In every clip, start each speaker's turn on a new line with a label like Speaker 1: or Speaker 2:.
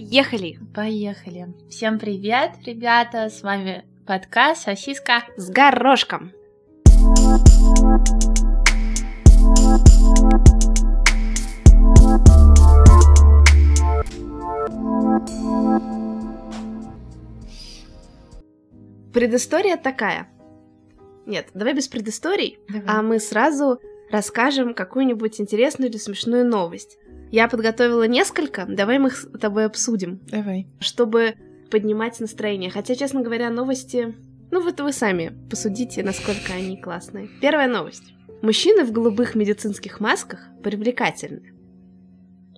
Speaker 1: Поехали!
Speaker 2: Поехали. Всем привет, ребята. С вами подкаст «Сосиска».
Speaker 1: С горошком! Предыстория такая. Нет, давай без предысторий, а мы сразу расскажем какую-нибудь интересную или смешную новость. Я подготовила несколько, давай мы их с тобой обсудим,
Speaker 2: Давай.
Speaker 1: чтобы поднимать настроение. Хотя, честно говоря, новости... Ну вот вы сами посудите, насколько они классные. Первая новость. Мужчины в голубых медицинских масках привлекательны.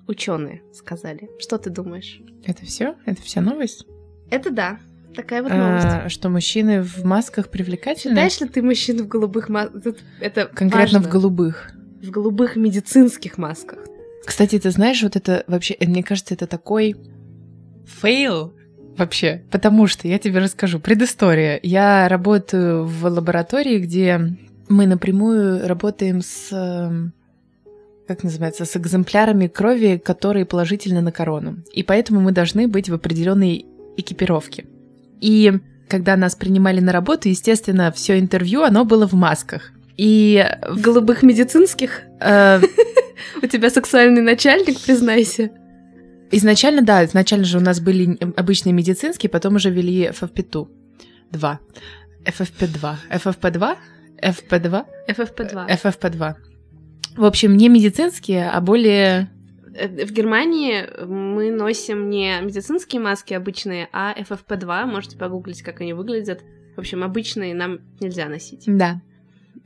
Speaker 1: Ученые сказали. Что ты думаешь?
Speaker 3: Это все? Это вся новость?
Speaker 1: Это да, такая вот новость.
Speaker 3: А, что мужчины в масках привлекательны?
Speaker 1: Знаешь ли ты мужчин в голубых масках? Это
Speaker 3: Конкретно
Speaker 1: важно.
Speaker 3: в голубых.
Speaker 1: В голубых медицинских масках.
Speaker 3: Кстати, ты знаешь, вот это вообще, э, мне кажется, это такой фейл вообще. Потому что, я тебе расскажу, предыстория. Я работаю в лаборатории, где мы напрямую работаем с, эм, как называется, с экземплярами крови, которые положительны на корону. И поэтому мы должны быть в определенной экипировке. И когда нас принимали на работу, естественно, все интервью, оно было в масках. И
Speaker 1: В голубых медицинских?
Speaker 3: э,
Speaker 1: У тебя сексуальный начальник, признайся.
Speaker 3: Изначально, да, изначально же у нас были м, обычные медицинские, потом уже ввели FFP2. 2. FFP2. FFP2? FP2? Э,
Speaker 1: FFP2.
Speaker 3: FFP2. В общем, не медицинские, а более...
Speaker 1: Э, В Германии мы носим не медицинские маски обычные, а FFP2. Можете погуглить, как они выглядят. В общем, обычные нам нельзя носить.
Speaker 3: Да.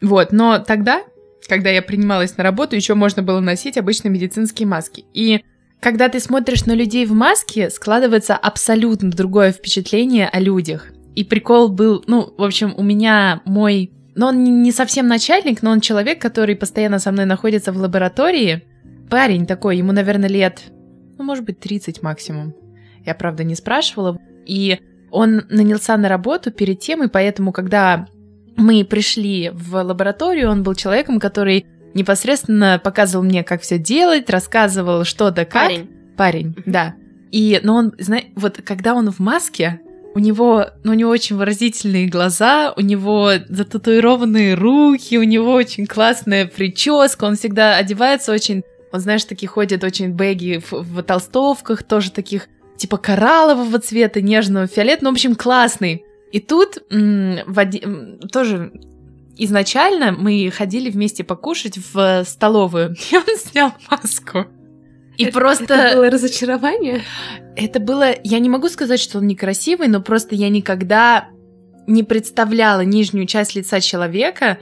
Speaker 3: Вот, но тогда, когда я принималась на работу, еще можно было носить обычно медицинские маски. И когда ты смотришь на людей в маске, складывается абсолютно другое впечатление о людях. И прикол был, ну, в общем, у меня мой... Ну, он не- не совсем начальник, но он человек, который постоянно со мной находится в лаборатории. Парень такой, ему, наверное, лет, ну, может быть, 30 максимум. Я, правда, не спрашивала. И он нанялся на работу перед тем, и поэтому, когда мы пришли в лабораторию, он был человеком, который непосредственно показывал мне, как все делать, рассказывал что-то как.
Speaker 1: Парень.
Speaker 3: Парень,
Speaker 1: Мгм.
Speaker 3: да. И, но он, знаешь, вот когда он в маске, у него, ну, у него очень выразительные глаза, у него зататуированные руки, у него очень классная прическа, он всегда одевается очень, он, знаешь, такие ходят очень бэги в, в толстовках, тоже таких типа кораллового цвета, нежного, фиолетового, ну, в общем, классный. И тут м, в оде- м, тоже изначально мы ходили вместе покушать в э, столовую, и он снял маску. И просто...
Speaker 1: Это было разочарование?
Speaker 3: Это было... Я не могу сказать, что он некрасивый, но просто я никогда не представляла нижнюю часть лица человека.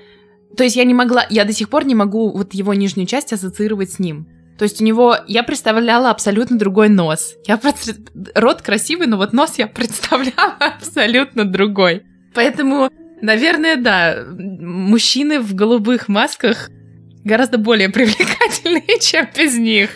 Speaker 3: То есть я не могла... Я до сих пор не могу вот его нижнюю часть ассоциировать с ним. То есть у него... Я представляла абсолютно другой нос. Я просто... Рот красивый, но вот нос я представляла абсолютно другой. Поэтому, наверное, да, м, мужчины в голубых масках гораздо более привлекательные, чем без них.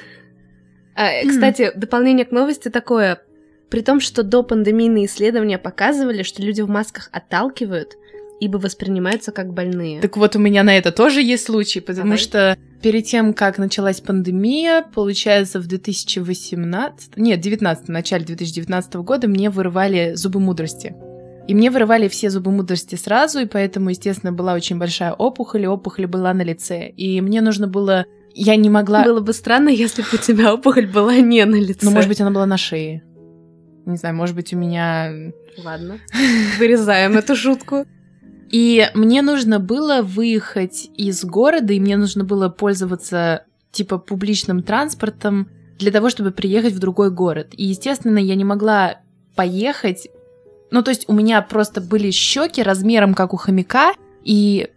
Speaker 1: А, э, Кстати, дополнение к новости такое. При том, что до пандемийные исследования показывали, что люди в масках отталкивают, ибо воспринимаются как больные.
Speaker 3: Так вот, у меня на это тоже есть случай, потому
Speaker 1: Давай.
Speaker 3: что перед тем, как началась пандемия, получается, в 2018... Нет, 19, в начале 2019 года мне вырывали зубы мудрости. И мне вырывали все зубы мудрости сразу, и поэтому, естественно, была очень большая опухоль, и опухоль была на лице. И мне нужно было... Я не могла...
Speaker 1: Было бы странно, если бы у тебя опухоль была не на лице.
Speaker 3: Ну, может быть, она была на шее. Не знаю, может быть, у меня
Speaker 1: Ладно. Вырезаем эту шутку.
Speaker 3: И мне нужно было выехать из города, и мне нужно было пользоваться, типа, публичным транспортом для того, чтобы приехать в другой город. И, естественно, я не могла поехать. Ну, то есть у меня просто были щеки размером, как у хомяка, и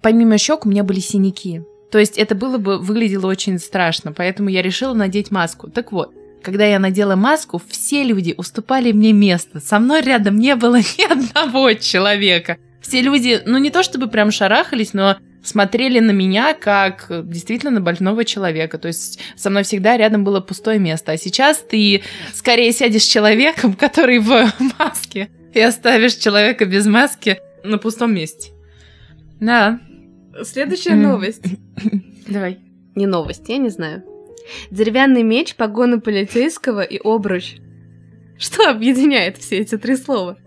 Speaker 3: помимо щек у меня были синяки. То есть это было бы выглядело очень страшно, поэтому я решила надеть маску. Так вот, когда я надела маску, все люди уступали мне место. Со мной рядом не было ни одного человека. Все люди, ну не то чтобы прям шарахались, но смотрели на меня как э, действительно на больного человека. То есть со мной всегда рядом было пустое место. А сейчас ты скорее сядешь с человеком, который в маске, и оставишь человека без маски на пустом месте. Да.
Speaker 2: Следующая
Speaker 3: М.
Speaker 2: новость.
Speaker 3: Давай.
Speaker 1: Не новость, я не знаю. деревянный меч, погоны полицейского и обруч. Что объединяет все эти три слова?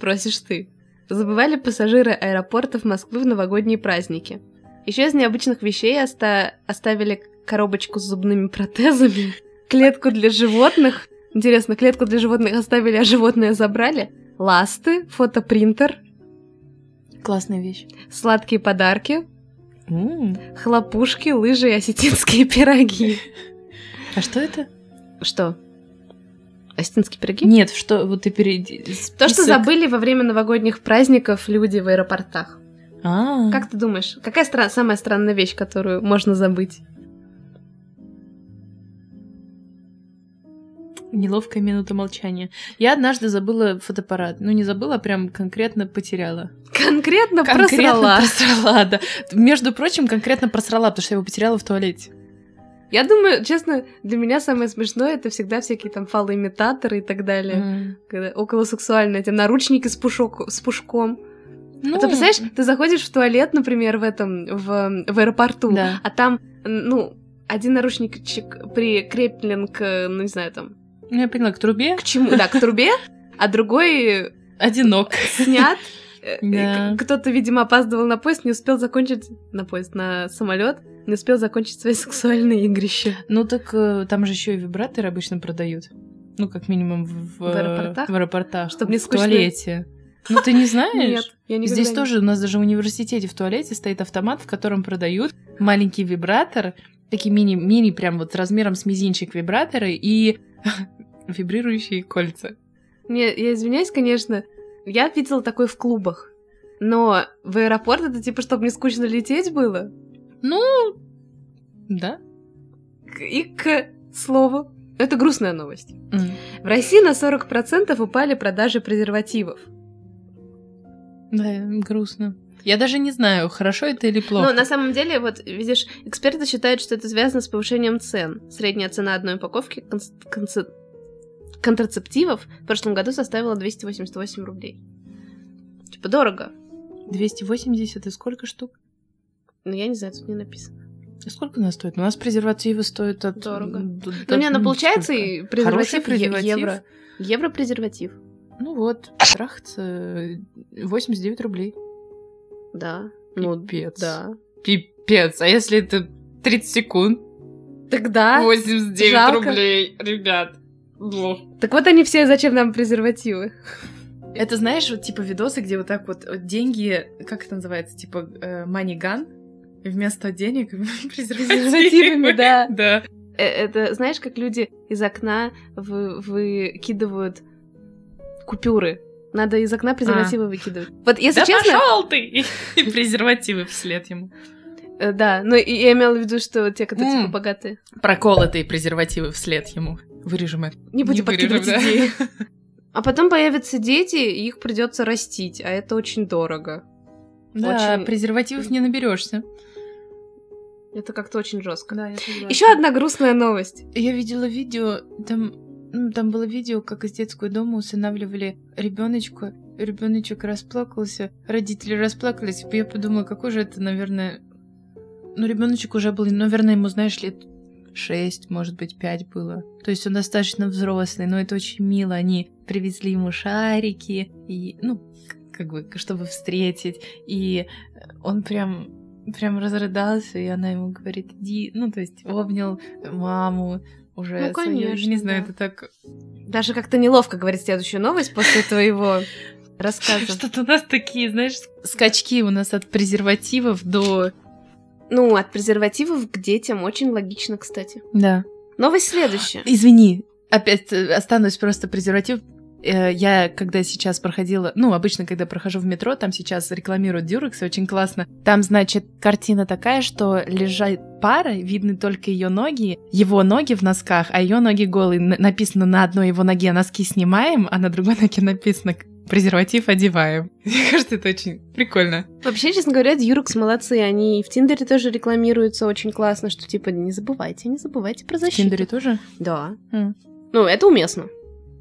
Speaker 1: Просишь ты. Забывали пассажиры аэропортов Москвы в новогодние праздники. Еще из необычных вещей оста- оставили коробочку с зубными протезами, клетку для животных. Интересно, клетку для животных оставили, а животное забрали? Ласты, фотопринтер,
Speaker 3: Классная вещь.
Speaker 1: сладкие подарки, хлопушки, лыжи и осетинские пироги.
Speaker 3: А что это?
Speaker 1: Что? Осетинские пироги?
Speaker 3: Нет, что вот ты перейди.
Speaker 1: То, что
Speaker 3: список.
Speaker 1: забыли во время новогодних праздников люди в аэропортах.
Speaker 3: А,
Speaker 1: Как ты думаешь, какая стра- самая странная вещь, которую можно забыть?
Speaker 3: неловкая минута молчания. Я однажды забыла фотоаппарат. Ну, не забыла, а прям конкретно потеряла.
Speaker 1: Конкретно,
Speaker 3: Конкретно
Speaker 1: просрала.
Speaker 3: просрала, да. Между прочим, конкретно просрала, потому что я его потеряла в туалете.
Speaker 1: Я думаю, честно, для меня самое смешное это всегда всякие там фалоимитаторы и так далее.
Speaker 3: М.
Speaker 1: Когда околосексуальные, эти наручники с, пушок, с пушком.
Speaker 3: Ну,
Speaker 1: А ты представляешь, ты заходишь в туалет, например, в этом, в, в аэропорту,
Speaker 3: Да.
Speaker 1: а там, ну, один наручничек прикреплен к, ну, не знаю, там,
Speaker 3: Ну, я поняла, к трубе
Speaker 1: к чему, да, к трубе, а другой
Speaker 3: одинок.
Speaker 1: снят. Э,
Speaker 3: Да.
Speaker 1: э, к- Кто-то, видимо, опаздывал на поезд, не успел закончить на поезд, на самолет, не успел закончить свои сексуальные игрища.
Speaker 3: Ну, так э, там же еще и вибраторы обычно продают. Ну, как минимум в,
Speaker 1: В аэропортах?
Speaker 3: в аэропортах.
Speaker 1: Чтоб не
Speaker 3: в
Speaker 1: скучно.
Speaker 3: туалете. Ну, ты не знаешь?
Speaker 1: Нет, я никогда
Speaker 3: Здесь
Speaker 1: не-
Speaker 3: тоже у нас даже в университете в туалете стоит автомат, в котором продают маленький вибратор, такие мини-мини, прям вот размером с мизинчик вибраторы и вибрирующие кольца.
Speaker 1: Не, я извиняюсь, конечно, я видела такое в клубах. Но в аэропорт это типа, чтобы не скучно лететь было.
Speaker 3: Да?
Speaker 1: К- И к слову, это грустная новость.
Speaker 3: М.
Speaker 1: В России на 40% упали продажи презервативов.
Speaker 3: Да, грустно. Я даже не знаю, хорошо это или плохо.
Speaker 1: Но на самом деле, вот видишь, эксперты считают, что это связано с повышением цен. Средняя цена одной упаковки конс- конце- контрацептивов в прошлом году составила 288 рублей. Типа дорого.
Speaker 3: 280 и сколько штук?
Speaker 1: Но я не знаю, тут не написано.
Speaker 3: А Сколько она стоит? Ну, У нас презервативы стоят от...
Speaker 1: Дорого.
Speaker 3: д- д-
Speaker 1: Ну, не, ну
Speaker 3: м,
Speaker 1: получается,
Speaker 3: сколько?
Speaker 1: и презерватив,
Speaker 3: Хороший
Speaker 1: е-
Speaker 3: презерватив.
Speaker 1: евро. Евро презерватив.
Speaker 3: Ну вот, трахаться э, 89 рублей.
Speaker 1: Да. Ну,
Speaker 3: Пипец.
Speaker 1: да.
Speaker 3: Пипец, а если это 30 секунд?
Speaker 1: Тогда...
Speaker 3: 89
Speaker 1: А? жалко.
Speaker 3: рублей, ребят.
Speaker 1: Так вот они все, зачем нам презервативы?
Speaker 3: Это знаешь, вот типа видосы, где вот так вот э, деньги, как это называется, типа э, money gun, и вместо денег презервативы.
Speaker 1: Презервативами, да.
Speaker 3: Да.
Speaker 1: Э, Это, знаешь, как люди из окна вы- выкидывают купюры. Надо из окна презервативы выкидывать. А. Вот если
Speaker 3: Да
Speaker 1: честно,
Speaker 3: пошел ты! И презервативы вслед ему.
Speaker 1: э, да, ну и я имела в виду, что вот те, которые
Speaker 3: М.
Speaker 1: типа богатые,
Speaker 3: Проколотые презервативы вслед ему. Вырежем это.
Speaker 1: не будем
Speaker 3: вырежем,
Speaker 1: подкидывать
Speaker 3: да.
Speaker 1: идеи. А потом появятся дети, и их придется растить, а это очень дорого.
Speaker 3: Да,
Speaker 1: Очень-
Speaker 3: презервативов не наберешься.
Speaker 1: Это как-то очень жестко.
Speaker 3: Да, я согласна.
Speaker 1: Еще одна грустная новость.
Speaker 3: Я видела видео, там, ну, там было видео, как из детского дома усынавливали ребеночку. Ребеночек расплакался, родители расплакались. Я подумала, какой же это, наверное... Ну, ребеночек уже был, наверное, ему, знаешь, лет шесть, может быть, пять было. То есть он достаточно взрослый, но это очень мило. Они привезли ему шарики, и, ну, к- как бы, чтобы встретить. И он прям прям разрыдался, и она ему говорит, иди, ну, то есть обнял маму уже.
Speaker 1: Ну,
Speaker 3: свою. Я
Speaker 1: конечно,
Speaker 3: не знаю,
Speaker 1: да.
Speaker 3: это так...
Speaker 1: Даже как-то неловко говорить следующую новость после твоего рассказа.
Speaker 3: Что-то у нас такие, знаешь, скачки у нас от презервативов до...
Speaker 1: Ну, от презервативов к детям очень логично, кстати.
Speaker 3: Да.
Speaker 1: Новость следующая.
Speaker 3: Извини, опять э, останусь просто презерватив. Э, Я, когда сейчас проходила, ну, обычно, когда прохожу в метро, там сейчас рекламируют дюрексы, очень классно. Там, значит, картина такая, что лежит пара, видны только ее ноги, его ноги в носках, а ее ноги голые. Н- Написано на одной его ноге носки снимаем, а на другой ноге написано презерватив одеваем. Мне кажется, это очень прикольно.
Speaker 1: Вообще, честно говоря, Юрекс молодцы. Они и в Тиндере тоже рекламируются очень классно, что типа не забывайте, не забывайте про защиту.
Speaker 3: тоже?
Speaker 1: Да.
Speaker 3: М.
Speaker 1: Ну, это уместно.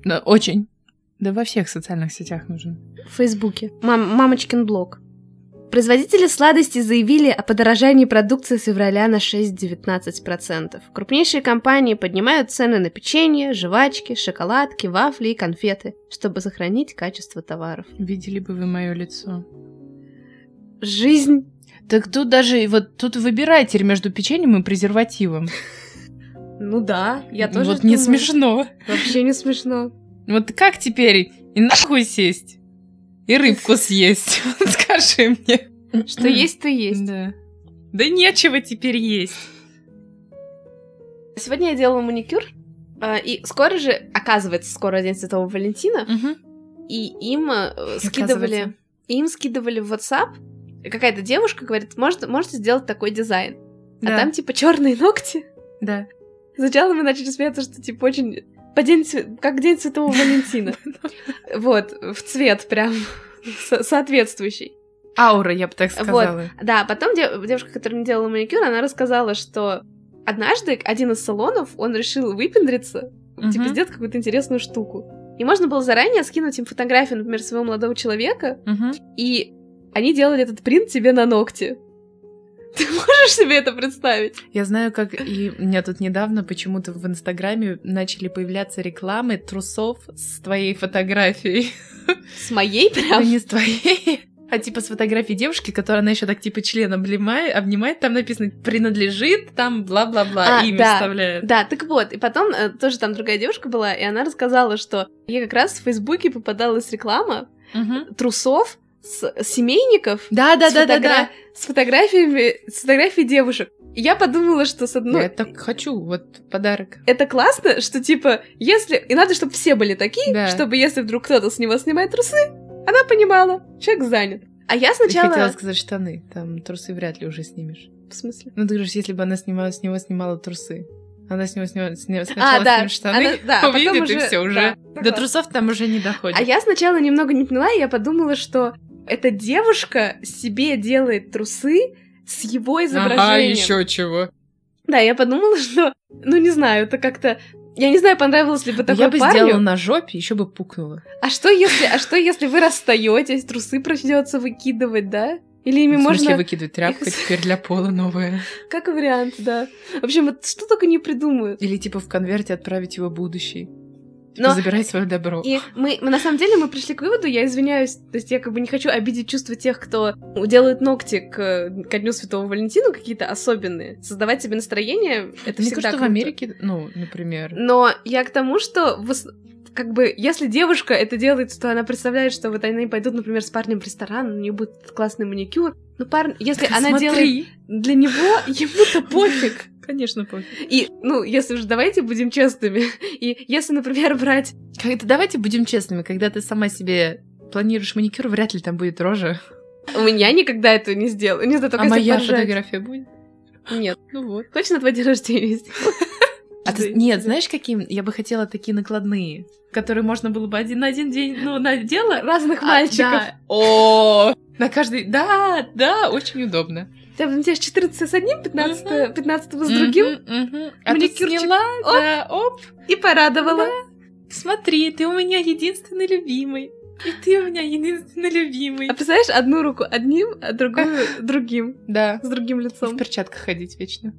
Speaker 3: Да, очень. Да во всех социальных сетях нужно.
Speaker 1: В Фейсбуке. Мам- мамочкин блог. Производители сладостей заявили о подорожании продукции с февраля на 6-19%. Крупнейшие компании поднимают цены на печенье, жвачки, шоколадки, вафли и конфеты, чтобы сохранить качество товаров.
Speaker 3: Видели бы вы мое лицо.
Speaker 1: Жизнь.
Speaker 3: Так тут даже и вот тут выбирай теперь между печеньем и презервативом.
Speaker 1: Ну да, я тоже.
Speaker 3: Вот не
Speaker 1: думаю.
Speaker 3: смешно.
Speaker 1: Вообще не смешно.
Speaker 3: Вот как теперь и нахуй сесть, и рыбку съесть? Вот Скажи мне.
Speaker 1: Что есть, то есть.
Speaker 3: Да. Да нечего теперь есть.
Speaker 1: Сегодня я делала маникюр, а, и скоро же, оказывается, скоро День Святого Валентина, и им э, скидывали,
Speaker 3: Оказывается.
Speaker 1: им скидывали в WhatsApp какая-то девушка говорит, может, можете сделать такой дизайн, а там типа черные ногти.
Speaker 3: да.
Speaker 1: Сначала мы начали смеяться, что типа очень по день Свя- как день Святого Валентина, вот в цвет прям со- соответствующий.
Speaker 3: Аура, я бы так сказала.
Speaker 1: Да, потом де- девушка, которая мне делала маникюр, она рассказала, что однажды один из салонов, он решил выпендриться,
Speaker 3: Мгм.
Speaker 1: типа сделать какую-то интересную штуку. И можно было заранее скинуть им фотографию, например, своего молодого человека,
Speaker 3: Мгм.
Speaker 1: и они делали этот принт тебе на ногти. Ты можешь себе это представить?
Speaker 3: Я знаю, как и у меня тут недавно почему-то в Инстаграме начали появляться рекламы трусов с твоей фотографией.
Speaker 1: С моей
Speaker 3: Ну,
Speaker 1: прям.
Speaker 3: не с твоей. А типа с фотографией девушки, которая она еще так типа член обнимает, обнимает, там написано принадлежит, там бла-бла-бла,
Speaker 1: А,
Speaker 3: имя
Speaker 1: да.
Speaker 3: вставляют.
Speaker 1: Да, так вот, и потом э, тоже там другая девушка была, и она рассказала, что ей как раз в Фейсбуке попадалась реклама
Speaker 3: Мгм.
Speaker 1: трусов с семейников,
Speaker 3: Да, да,
Speaker 1: с
Speaker 3: да, да,
Speaker 1: фотогра-
Speaker 3: да.
Speaker 1: С фотографиями, с фотографией девушек. И я подумала, что с одной...
Speaker 3: Ну, Я так хочу, вот подарок.
Speaker 1: Это классно, что типа, если... И надо, чтобы все были такие,
Speaker 3: Да.
Speaker 1: чтобы если вдруг кто-то с него снимает трусы, она понимала, человек занят. А я
Speaker 3: Я
Speaker 1: сначала...
Speaker 3: хотела сказать штаны, там трусы вряд ли уже снимешь.
Speaker 1: В смысле?
Speaker 3: Ну ты говоришь, если бы она снимала, с него снимала трусы. Она с него снимала, сня-
Speaker 1: А,
Speaker 3: сначала
Speaker 1: да.
Speaker 3: снимет штаны,
Speaker 1: она- да, а потом
Speaker 3: увидит, и
Speaker 1: уже-
Speaker 3: все уже.
Speaker 1: да,
Speaker 3: До
Speaker 1: согласна.
Speaker 3: трусов там уже не доходит.
Speaker 1: А я сначала немного не поняла, и я подумала, что эта девушка себе делает трусы с его изображением.
Speaker 3: чего.
Speaker 1: Да, я подумала, что, ну не знаю, это как-то... Я не знаю, понравилось ли бы такое
Speaker 3: Ну, я бы
Speaker 1: парню.
Speaker 3: сделала на жопе, еще бы пукнула.
Speaker 1: А что если, а что если вы расстаетесь, трусы придется выкидывать, да? Или ими
Speaker 3: в смысле,
Speaker 1: можно...
Speaker 3: выкидывать тряпку
Speaker 1: их-
Speaker 3: теперь для пола новая.
Speaker 1: Как вариант, да. В общем, вот что только не придумают.
Speaker 3: Или типа в конверте отправить его будущий. Типа,
Speaker 1: Но-
Speaker 3: забирай свое добро.
Speaker 1: И мы, мы, на самом деле, мы пришли к выводу, я извиняюсь, то есть я как бы не хочу обидеть чувства тех, кто делает ногти к, ко Дню Святого Валентина какие-то особенные. Создавать себе настроение, это
Speaker 3: Мне
Speaker 1: всегда
Speaker 3: кажется, в
Speaker 1: круто.
Speaker 3: Америке, ну, например.
Speaker 1: Но я к тому, что в ос- как бы, если девушка это делает, то она представляет, что вот они пойдут, например, с парнем в ресторан, у нее будет этот классный маникюр. Ну, парень, если она делает для него ему-то пофиг.
Speaker 3: Конечно, пофиг.
Speaker 1: И, ну, если уж давайте будем честными. И если, например, брать...
Speaker 3: Когда, давайте будем честными, когда ты сама себе планируешь маникюр, вряд ли там будет рожа.
Speaker 1: У меня никогда этого не сделаю. Не знаю, только
Speaker 3: а
Speaker 1: если
Speaker 3: моя
Speaker 1: поржать.
Speaker 3: фотография будет?
Speaker 1: Нет.
Speaker 3: Ну вот.
Speaker 1: Точно твой день рождения сделаю.
Speaker 3: А ты,
Speaker 1: Да.
Speaker 3: нет, знаешь, каким? Я бы хотела такие накладные, которые можно было бы один на один день, ну, надела.
Speaker 1: Разных
Speaker 3: а,
Speaker 1: мальчиков.
Speaker 3: да. О, на каждый. Да, да, очень удобно.
Speaker 1: Да, У тебя же 14 с одним, 15, 15 с
Speaker 3: Мгм,
Speaker 1: другим.
Speaker 3: мгм. А ты
Speaker 1: маникюрчик.
Speaker 3: сняла,
Speaker 1: Оп.
Speaker 3: да, оп.
Speaker 1: И порадовала.
Speaker 3: Смотри, ты у меня единственный любимый. И ты у меня единственный любимый.
Speaker 1: А представляешь, одну руку одним, а другую другим.
Speaker 3: Да.
Speaker 1: С другим
Speaker 3: И В
Speaker 1: лицом.
Speaker 3: перчатках ходить вечно.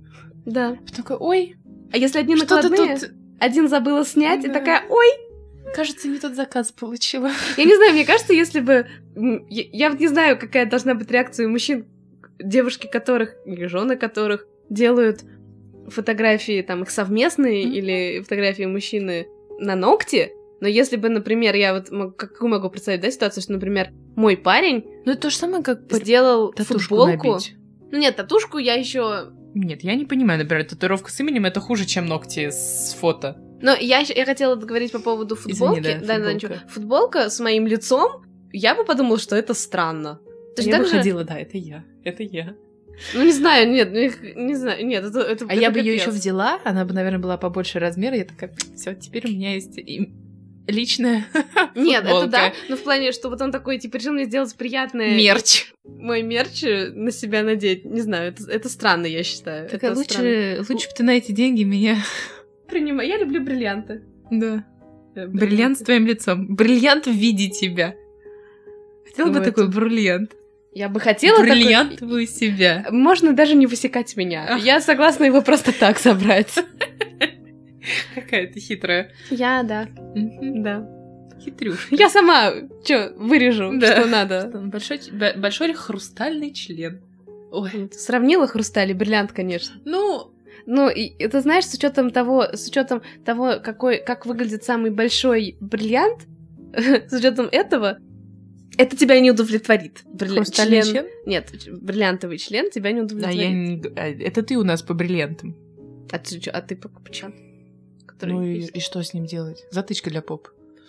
Speaker 1: Да.
Speaker 3: Потом такой, ой,
Speaker 1: А если одни
Speaker 3: что-то
Speaker 1: накладные,
Speaker 3: тут,
Speaker 1: один забыла снять, и
Speaker 3: Да.
Speaker 1: такая, ой,
Speaker 3: кажется, не тот заказ получила.
Speaker 1: Я не знаю, мне кажется, если бы... м, Я я вот не знаю, какая должна быть реакция у мужчин, девушки которых, или жены которых делают фотографии, там, их совместные
Speaker 3: Мгм.
Speaker 1: или фотографии мужчины на ногти. Но если бы, например, я вот мог- какую могу представить, да, ситуацию, что, например, мой парень
Speaker 3: Ну, это то же самое, как
Speaker 1: сделал футболку.
Speaker 3: набить.
Speaker 1: Ну нет, татушку я еще...
Speaker 3: Нет, я не понимаю, например, татуировка с именем это хуже, чем ногти с фото.
Speaker 1: Но я, ещё- я хотела договорить по поводу футболки.
Speaker 3: да,
Speaker 1: да,
Speaker 3: футболка.
Speaker 1: ничего. Футболка с моим лицом, я бы подумала, что это странно. Точно
Speaker 3: я бы
Speaker 1: так же-
Speaker 3: ходила, да, это я, это я.
Speaker 1: Ну, не знаю, нет, ну, их- не знаю, нет, это, это
Speaker 3: А я
Speaker 1: это
Speaker 3: бы ее
Speaker 1: капец.
Speaker 3: еще взяла, она бы, наверное, была побольше размера, я такая, все, теперь у меня есть и личная
Speaker 1: Нет, это
Speaker 3: футболка.
Speaker 1: да, но в плане, что вот он такой, типа, решил мне сделать
Speaker 3: Э,
Speaker 1: приятное...
Speaker 3: мерч.
Speaker 1: Мой мерч э, на себя надеть, не знаю, это, это странно, я считаю.
Speaker 3: Так а
Speaker 1: это странно.
Speaker 3: лучше, лучше бы ты на эти деньги меня...
Speaker 1: Принимай, я люблю бриллианты.
Speaker 3: Да.
Speaker 1: Э,
Speaker 3: Бриллиант с твоим лицом. Бриллиант в виде тебя. Хотела бы
Speaker 1: Вот.
Speaker 3: такой бриллиант.
Speaker 1: Я бы хотела такой-
Speaker 4: Бриллиантовую себя.
Speaker 1: Можно даже не высекать меня. Я согласна его просто так собрать.
Speaker 4: Какая ты хитрая.
Speaker 1: Я, да,
Speaker 4: Мгм.
Speaker 1: да.
Speaker 4: Хитрюшка.
Speaker 1: Я сама, чё, вырежу,
Speaker 4: Да.
Speaker 1: что надо.
Speaker 4: Там Большой, ч- б- большой хрустальный член. Ой.
Speaker 1: Вот, Сравнила хрусталь и бриллиант, конечно.
Speaker 4: Ну,
Speaker 1: Ну, и это знаешь, с учетом того, с учетом того, какой, как выглядит самый большой бриллиант, с учетом этого, это тебя не удовлетворит. Брилля-
Speaker 4: хрустальный
Speaker 1: член-
Speaker 4: член?
Speaker 1: Нет, ч- бриллиантовый член тебя не
Speaker 4: Да, я
Speaker 1: удовлетворит.
Speaker 4: не г- а, Это ты у нас по бриллиантам.
Speaker 1: А ты чё, а ты по- почему? Который
Speaker 4: Ну и,
Speaker 1: есть.
Speaker 4: и что с ним делать? Затычка для поп.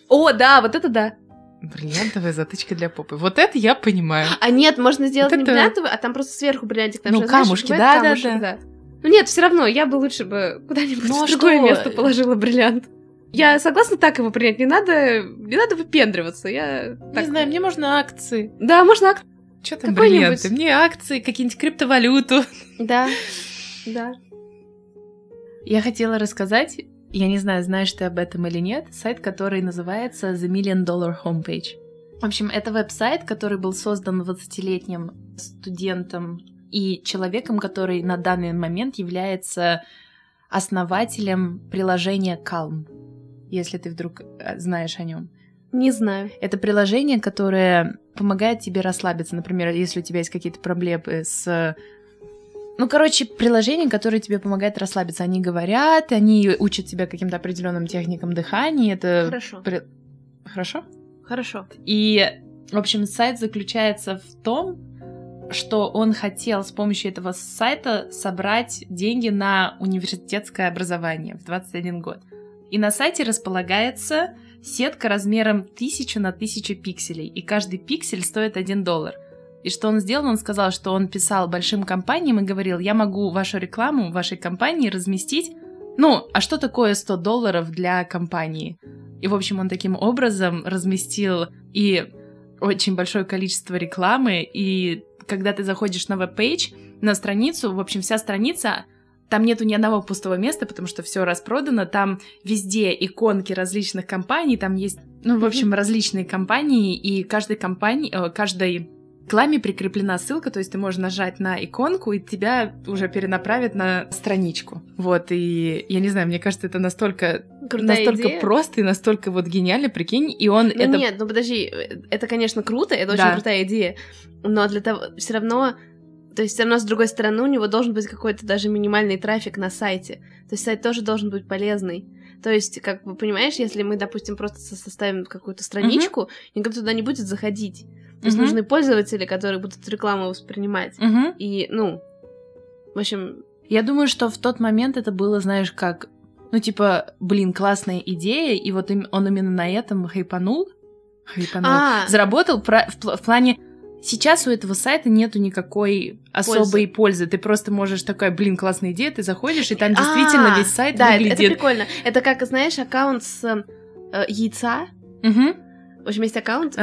Speaker 1: О, да, вот это да.
Speaker 4: Бриллиантовая затычка для попы. Вот это я понимаю.
Speaker 1: А нет, можно сделать
Speaker 4: Вот
Speaker 1: не
Speaker 4: это-
Speaker 1: бриллиантовый, а там просто сверху бриллиантик. Там
Speaker 4: Ну,
Speaker 1: же, знаешь,
Speaker 4: камушки,
Speaker 1: бывает
Speaker 4: да, да,
Speaker 1: камушек, Ну нет, все равно, я бы лучше бы куда-нибудь
Speaker 4: Ну,
Speaker 1: в
Speaker 4: а
Speaker 1: другое
Speaker 4: что?
Speaker 1: место положила бриллиант. Я согласна так его принять, не надо, не надо выпендриваться, я так-
Speaker 4: Не знаю, мне можно акции.
Speaker 1: Да, можно ак-
Speaker 4: Че там
Speaker 1: Какой-нибудь.
Speaker 4: бриллианты? Мне акции, какие-нибудь криптовалюту.
Speaker 1: Да, да.
Speaker 3: Я хотела рассказать, я не знаю, знаешь ты об этом или нет, сайт, который называется The Million Dollar Homepage. В общем, это веб-сайт, который был создан 20-летним студентом и человеком, который на данный момент является основателем приложения Calm, если ты вдруг э, знаешь о нем.
Speaker 1: Не знаю.
Speaker 3: Это приложение, которое помогает тебе расслабиться. Например, если у тебя есть какие-то проблемы с... Ну, короче, приложение, которое тебе помогает расслабиться. Они говорят, они учат тебя каким-то определенным техникам дыхания. Это...
Speaker 1: Хорошо,
Speaker 3: при- Хорошо?
Speaker 1: хорошо.
Speaker 3: И, в общем, сайт заключается в том, что он хотел с помощью этого сайта собрать деньги на университетское образование в 21 год. И на сайте располагается сетка размером 1000 на 1000 пикселей, и каждый пиксель стоит 1 доллар. И что он сделал? Он сказал, что он писал большим компаниям и говорил, я могу вашу рекламу вашей компании разместить. Ну, а что такое 100 долларов для компании? И, в общем, он таким образом разместил и очень большое количество рекламы, и когда ты заходишь на веб-пейдж, на страницу, в общем, вся страница, там нету ни одного пустого места, потому что все распродано, там везде иконки различных компаний, там есть, ну, в общем, различные компании, и каждой компании, э, каждой рекламе прикреплена ссылка, то есть ты можешь нажать на иконку, и тебя уже перенаправят на страничку. Вот, и я не знаю, мне кажется, это настолько
Speaker 1: Крутая
Speaker 3: настолько
Speaker 1: идея.
Speaker 3: просто и настолько вот гениально, прикинь, и он
Speaker 1: Ну
Speaker 3: это...
Speaker 1: нет, ну подожди, э, это, конечно, круто, это
Speaker 3: Да.
Speaker 1: очень крутая идея, но для того все равно, то есть все равно с другой стороны у него должен быть какой-то даже минимальный трафик на сайте, то есть сайт тоже должен быть полезный. То есть, как бы, понимаешь, если мы, допустим, просто со- составим какую-то страничку, никто туда не будет заходить. То есть
Speaker 3: Мгм.
Speaker 1: нужны пользователи, которые будут рекламу воспринимать.
Speaker 3: Мгм.
Speaker 1: И, ну, в общем,
Speaker 3: Я думаю, что в тот момент это было, знаешь, как, ну, типа, блин, классная идея, и вот им- он именно на этом хайпанул, хайпанул,
Speaker 1: А.
Speaker 3: заработал пра- в, пл- в плане... Сейчас у этого сайта нету никакой особой пользы. Ты просто можешь такая, блин, классная идея, ты заходишь, и там действительно
Speaker 1: А,
Speaker 3: весь сайт
Speaker 1: да, это- это
Speaker 3: выглядит.
Speaker 1: прикольно. Это как, знаешь, аккаунт с э, яйца,
Speaker 3: Мгм.
Speaker 1: В общем, есть аккаунт,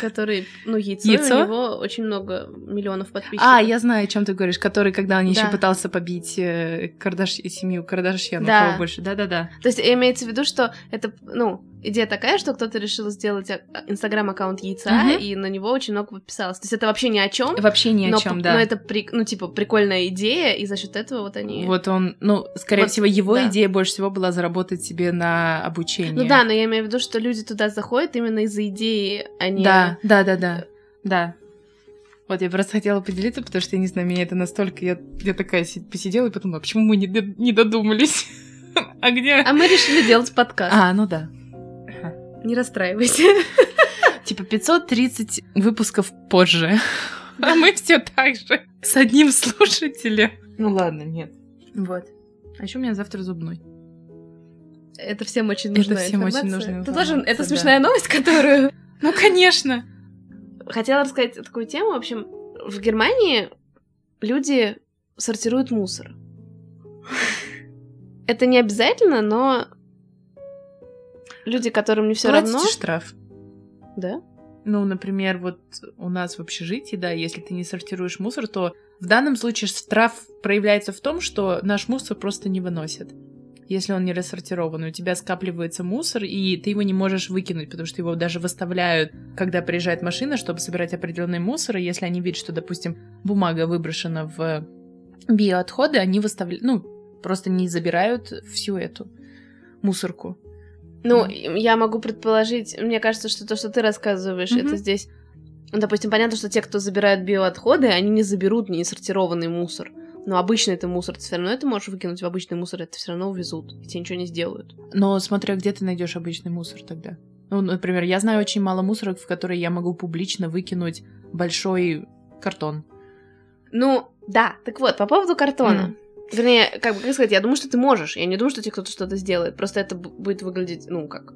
Speaker 1: который, ну, яйцо, и
Speaker 3: Яйцо?
Speaker 1: у него очень много миллионов подписчиков.
Speaker 3: А, я знаю, о чем ты говоришь, который, когда он еще
Speaker 1: Да.
Speaker 3: пытался побить э, Кардаш... семью Кардашьян,
Speaker 1: Да.
Speaker 3: у кого больше. Да-да-да.
Speaker 1: То есть имеется в виду, что это, ну, идея такая, что кто-то решил сделать а- инстаграм-аккаунт яйца,
Speaker 3: Мгм.
Speaker 1: и на него очень много подписалось. То есть это вообще ни о чем.
Speaker 3: Вообще ни о
Speaker 1: но,
Speaker 3: чем,
Speaker 1: п-
Speaker 3: да.
Speaker 1: Но это, при- ну, типа, прикольная идея, и за счет этого вот они...
Speaker 3: Вот он, ну, скорее
Speaker 1: Вот,
Speaker 3: всего, его
Speaker 1: да.
Speaker 3: идея больше всего была заработать себе на обучение.
Speaker 1: Ну да, но я имею в виду, что люди туда заходят именно из-за идеи, а не...
Speaker 3: Да, да, да, да, да. Вот я просто хотела поделиться, потому что, я не знаю, меня это настолько... Я, я такая си- посидела и подумала, почему мы не, д- не додумались? А где...
Speaker 1: А мы решили делать подкаст.
Speaker 3: А, ну да.
Speaker 1: Не расстраивайся.
Speaker 3: Типа 530 выпусков позже. А мы все так же. С одним слушателем.
Speaker 4: Ну ладно, нет.
Speaker 3: Вот. А еще у меня завтра зубной.
Speaker 1: Это всем очень
Speaker 3: Это
Speaker 1: нужна
Speaker 3: всем очень
Speaker 1: информация.
Speaker 3: нужная
Speaker 1: Ты тоже...
Speaker 3: информация,
Speaker 1: Это
Speaker 3: да.
Speaker 1: смешная новость, которую
Speaker 3: Ну, конечно.
Speaker 1: хотела рассказать такую тему. В общем, в Германии люди сортируют мусор. Это не обязательно, но люди, которым не все
Speaker 3: Платите
Speaker 1: равно,
Speaker 3: штраф.
Speaker 1: да,
Speaker 3: Ну, например, вот у нас в общежитии, да, если ты не сортируешь мусор, то в данном случае штраф проявляется в том, что наш мусор просто не выносят. если он не рассортирован. У тебя скапливается мусор, и ты его не можешь выкинуть, потому что его даже выставляют, когда приезжает машина, чтобы собирать определенный мусор. И если они видят, что, допустим, бумага выброшена в биоотходы, они выставляют, ну, просто не забирают всю эту мусорку.
Speaker 1: Ну, я могу предположить, мне кажется, что то, что ты рассказываешь,
Speaker 3: Мгм.
Speaker 1: это здесь... Ну, Допустим, понятно, что те, кто забирают биоотходы, они не заберут несортированный мусор. Но обычный это мусор, ты все равно это можешь выкинуть в обычный мусор, это все равно увезут, и тебе ничего не сделают.
Speaker 3: Но смотря где ты найдешь обычный мусор тогда. Ну, например, я знаю очень мало мусорок, в которые я могу публично выкинуть большой картон.
Speaker 1: Ну, да, так вот, по поводу картона.
Speaker 3: Мгм.
Speaker 1: Вернее, как бы как сказать, я думаю, что ты можешь. Я не думаю, что тебе кто-то что-то сделает. Просто это б- будет выглядеть, ну, как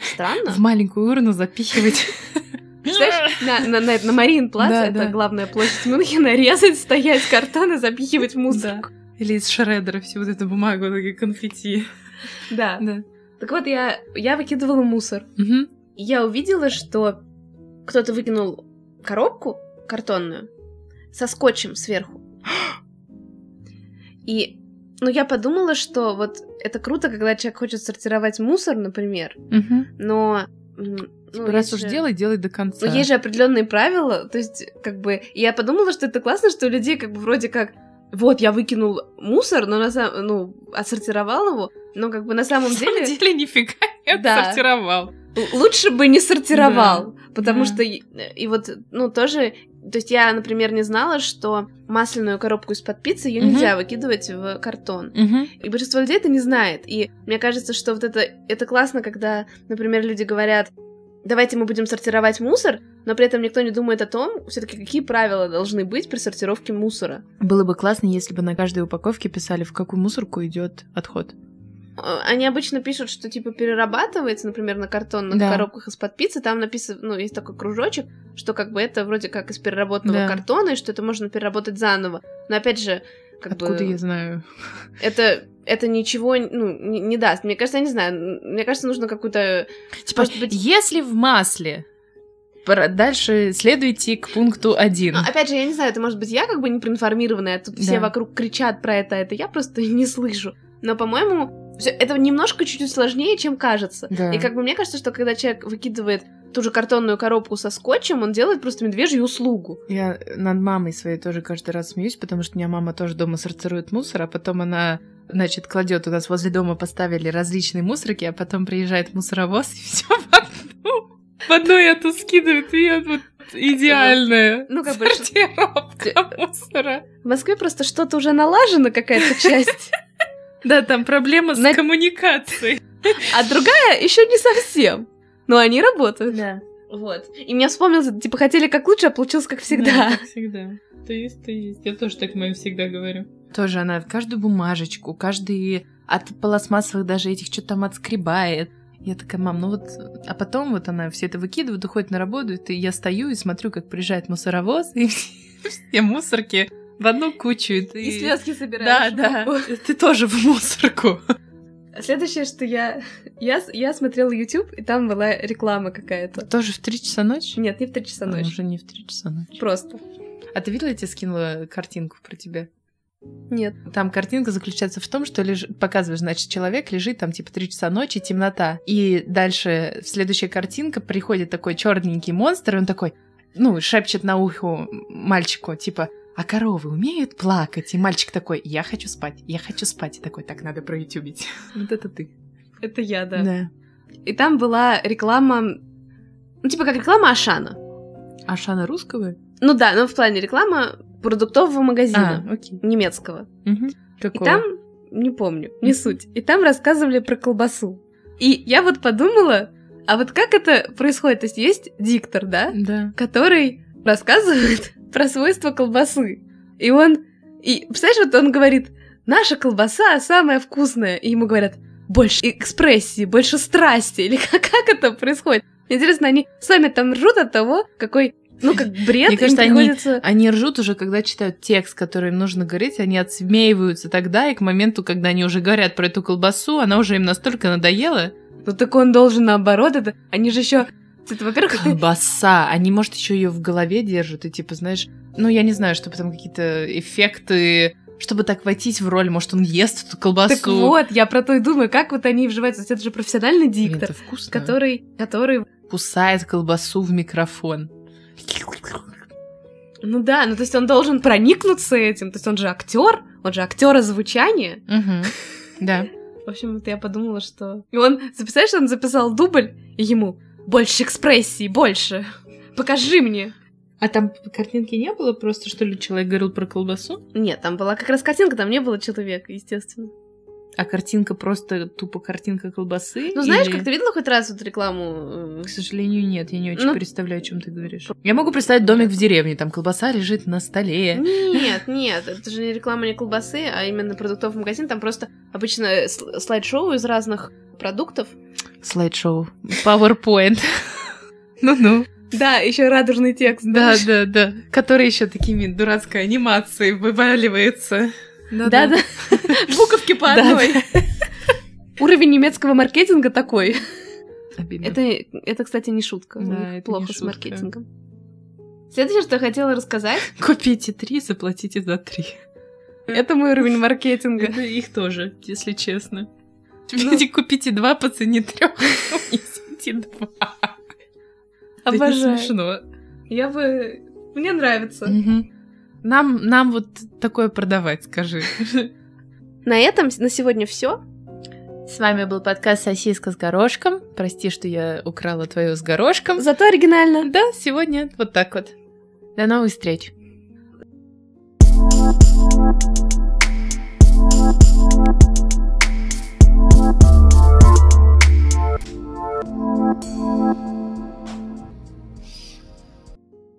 Speaker 1: странно.
Speaker 3: В маленькую урну запихивать.
Speaker 1: Представляешь, на, на, на, на Мариенплац,
Speaker 3: Да,
Speaker 1: это
Speaker 3: да.
Speaker 1: главная площадь Мюнхена, резать, стоять картон и запихивать в мусорку.
Speaker 3: Или из шредера всю вот эту бумагу, такие конфетти.
Speaker 1: Да. Так вот, я, я выкидывала мусор.
Speaker 3: Мгм.
Speaker 1: И я увидела, что кто-то выкинул коробку картонную со скотчем сверху. И, ну, я подумала, что вот это круто, когда человек хочет сортировать мусор, например, но... м, ну,
Speaker 3: Типа, Раз
Speaker 1: есть
Speaker 3: уж
Speaker 1: же-
Speaker 3: делай, делай до конца.
Speaker 1: Ну, есть же определенные правила, то есть, как бы, и я подумала, что это классно, что у людей, как бы, вроде как, вот, я выкинул мусор, но на самом, ну, отсортировал его, но, как бы, на самом деле...
Speaker 3: нифига
Speaker 1: Да.
Speaker 3: отсортировал.
Speaker 1: Л- лучше бы не сортировал, потому
Speaker 3: Да.
Speaker 1: что и, и вот, ну, тоже, то есть я, например, не знала, что масляную коробку из-под пиццы ее
Speaker 3: Мгм.
Speaker 1: нельзя выкидывать в картон. И большинство людей это не знает. И мне кажется, что вот это, это классно, когда, например, люди говорят, давайте мы будем сортировать мусор, но при этом никто не думает о том, все-таки какие правила должны быть при сортировке мусора.
Speaker 3: Было бы классно, если бы на каждой упаковке писали, в какую мусорку идет отход.
Speaker 1: Э, Они обычно пишут, что типа перерабатывается, например, на картонных
Speaker 3: Да.
Speaker 1: коробках из-под пиццы, там написано, ну, есть такой кружочек, что как бы это вроде как из переработанного
Speaker 3: Да.
Speaker 1: картона, и что это можно переработать заново. Но опять же, как
Speaker 3: Откуда
Speaker 1: бы
Speaker 3: я знаю?
Speaker 1: это, это ничего ну, не, не даст. Мне кажется, я не знаю, м, мне кажется, нужно какую-то...
Speaker 3: Типа,
Speaker 1: Может быть-
Speaker 3: если в масле, про- дальше следуйте к пункту один.
Speaker 1: Ну, опять же, я не знаю, это может быть я как бы не проинформированная, тут все
Speaker 3: Да.
Speaker 1: вокруг кричат про это, а это я просто не слышу. Но, по-моему, всё- это немножко чуть-чуть сложнее, чем кажется.
Speaker 3: Да.
Speaker 1: И как бы мне кажется, что когда человек выкидывает ту же картонную коробку со скотчем, он делает просто медвежью услугу.
Speaker 3: Я над мамой своей тоже каждый раз смеюсь, потому что у меня мама тоже дома сортирует мусор, а потом она, значит, кладет у нас возле дома поставили различные мусорки, а потом приезжает мусоровоз и все в одну, в одну эту скидывает, и вот идеальная
Speaker 1: Ну, как бы, что-
Speaker 3: сортировка мусора.
Speaker 1: В Москве просто что-то уже налажено, какая-то часть,
Speaker 3: Да, там проблема
Speaker 1: На-
Speaker 3: с коммуникацией.
Speaker 1: а другая еще не совсем. Но они работают.
Speaker 3: Да.
Speaker 1: Вот. И мне вспомнилось, типа, хотели как лучше, а получилось как всегда.
Speaker 3: всегда. То есть, то есть. Я тоже так моим всегда говорю. Тоже она каждую бумажечку, каждый от пластмассовых даже этих что-то там отскребает. Я такая, мам, ну вот... А потом вот она все это выкидывает, уходит на работу, и ты- я стою и смотрю, как приезжает мусоровоз, и все, все мусорки в одну кучу. И, ты-
Speaker 1: И слезки
Speaker 3: Да,
Speaker 1: собираешь.
Speaker 3: да. Ты тоже в мусорку.
Speaker 1: Следующее, что я... я... с- Я смотрела YouTube, и там была реклама какая-то.
Speaker 3: Тоже в три часа ночи?
Speaker 1: Нет, не в 3 часа
Speaker 3: А,
Speaker 1: ночи.
Speaker 3: Уже не в три часа ночи.
Speaker 1: Просто.
Speaker 3: А ты видела, я тебе скинула картинку про тебя?
Speaker 1: Нет.
Speaker 3: Там картинка заключается в том, что леж... показываешь, значит, человек лежит там типа три часа ночи, темнота. И дальше в следующая картинка приходит такой черненький монстр, и он такой, ну, шепчет на ухо мальчику, типа, а коровы умеют плакать? И мальчик такой, я хочу спать, я хочу спать. И такой, так, надо проютюбить. Вот это ты.
Speaker 1: Это я, да. И там была реклама... Ну, типа, как реклама Ашана.
Speaker 3: Ашана А русского?
Speaker 1: Ну да, ну в плане реклама продуктового магазина
Speaker 3: А, окей.
Speaker 1: немецкого.
Speaker 3: Мгм.
Speaker 1: И
Speaker 3: Какого?
Speaker 1: там, не помню, не суть. И там рассказывали про колбасу. И я вот подумала, а вот как это происходит? То есть есть диктор, да,
Speaker 3: Да.
Speaker 1: который рассказывает про свойства колбасы. И он... И, представляешь, вот он говорит, наша колбаса самая вкусная. И ему говорят, больше экспрессии, больше страсти. Или как, как это происходит? Мне интересно, они сами там ржут от того, какой, ну, как бред
Speaker 3: Мне кажется,
Speaker 1: им
Speaker 3: они-
Speaker 1: приходится...
Speaker 3: Они ржут уже, когда читают текст, который им нужно говорить, они отсмеиваются тогда, и к моменту, когда они уже говорят про эту колбасу, она уже им настолько надоела.
Speaker 1: Ну так он должен наоборот, это они же еще. Это, во-первых,
Speaker 3: Колбаса! Они, может, еще ее в голове держат, и типа, знаешь, ну, я не знаю, чтобы там какие-то эффекты, чтобы так войтись в роль. Может, он ест эту колбасу?
Speaker 1: Так вот, я про то и думаю, как вот они вживаются. То есть Это же профессиональный
Speaker 3: Блин,
Speaker 1: диктор,
Speaker 3: это вкусно.
Speaker 1: который, который,
Speaker 3: Кусает колбасу в микрофон.
Speaker 1: ну да, ну то есть он должен проникнуться этим. То есть он же актер, он же актер звучания.
Speaker 3: Мгм. Да.
Speaker 1: В общем, вот я подумала, что... И он, записаешь, он записал дубль, и ему больше экспрессии, больше. Покажи мне.
Speaker 3: А там картинки не было просто, что ли, человек говорил про колбасу?
Speaker 1: Нет, там была как раз картинка, там не было человека, естественно.
Speaker 3: А картинка просто тупо картинка колбасы?
Speaker 1: Ну знаешь,
Speaker 3: или-
Speaker 1: как ты видела хоть раз вот рекламу? э,
Speaker 3: К сожалению, нет, я не очень
Speaker 1: Ну-
Speaker 3: представляю, о чем ты говоришь. Я могу представить домик в деревне, там колбаса лежит на столе.
Speaker 1: Нет, нет, это же не реклама не колбасы, а именно продуктовый магазин. Там просто обычно э, сл- слайд-шоу из разных продуктов.
Speaker 3: Слайд-шоу. PowerPoint. Ну-ну.
Speaker 1: Да, еще радужный текст.
Speaker 3: Да, да, да. Который еще такими дурацкой анимацией вываливается.
Speaker 1: да, да. Буковки по
Speaker 3: Да,
Speaker 1: одной. Уровень немецкого маркетинга такой.
Speaker 3: Обидно.
Speaker 1: Это, это, кстати, не шутка. У
Speaker 3: Да,
Speaker 1: них
Speaker 3: это не
Speaker 1: плохо с
Speaker 3: шутка.
Speaker 1: маркетингом. Следующее, что я хотела рассказать,
Speaker 3: Купите три, заплатите за три.
Speaker 1: это мой уровень маркетинга.
Speaker 3: Это их тоже, если честно. Теперь купите два по цене а трех, унесите два. Это не
Speaker 1: Обожаю.
Speaker 3: смешно.
Speaker 1: Я бы... Мне нравится.
Speaker 3: Мгм. Нам, нам вот такое продавать, скажи.
Speaker 1: На этом с- на сегодня все.
Speaker 3: С вами был подкаст «Сосиска с горошком». Прости, что я украла твою с горошком.
Speaker 1: Зато оригинально.
Speaker 3: Да, сегодня вот так вот. До новых встреч.